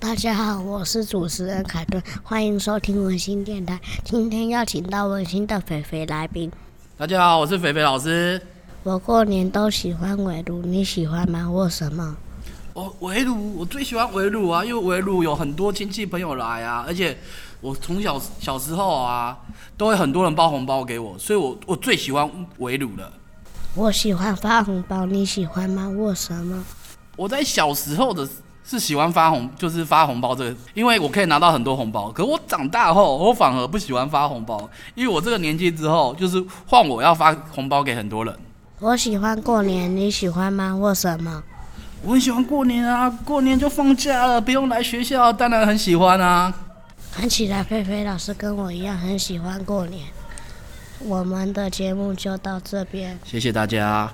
大家好，我是主持人凯顿，欢迎收听文心电台。今天邀请到文心的肥肥来宾。大家好，我是肥肥老师。我过年都喜欢围炉，你喜欢吗？为什么？哦，围炉，我最喜欢围炉啊，因为围炉有很多亲戚朋友来啊，而且我从小小时候啊，都会很多人包红包给我，所以我我最喜欢围炉了。我喜欢发红包，你喜欢吗？为什么？我在小时候的是喜欢发红，就是发红包这个，因为我可以拿到很多红包。可我长大后，我反而不喜欢发红包，因为我这个年纪之后，就是换我要发红包给很多人。我喜欢过年，你喜欢吗？为什么？我很喜欢过年啊，过年就放假了，不用来学校，当然很喜欢啊。看起来菲菲老师跟我一样很喜欢过年。我们的节目就到这边，谢谢大家。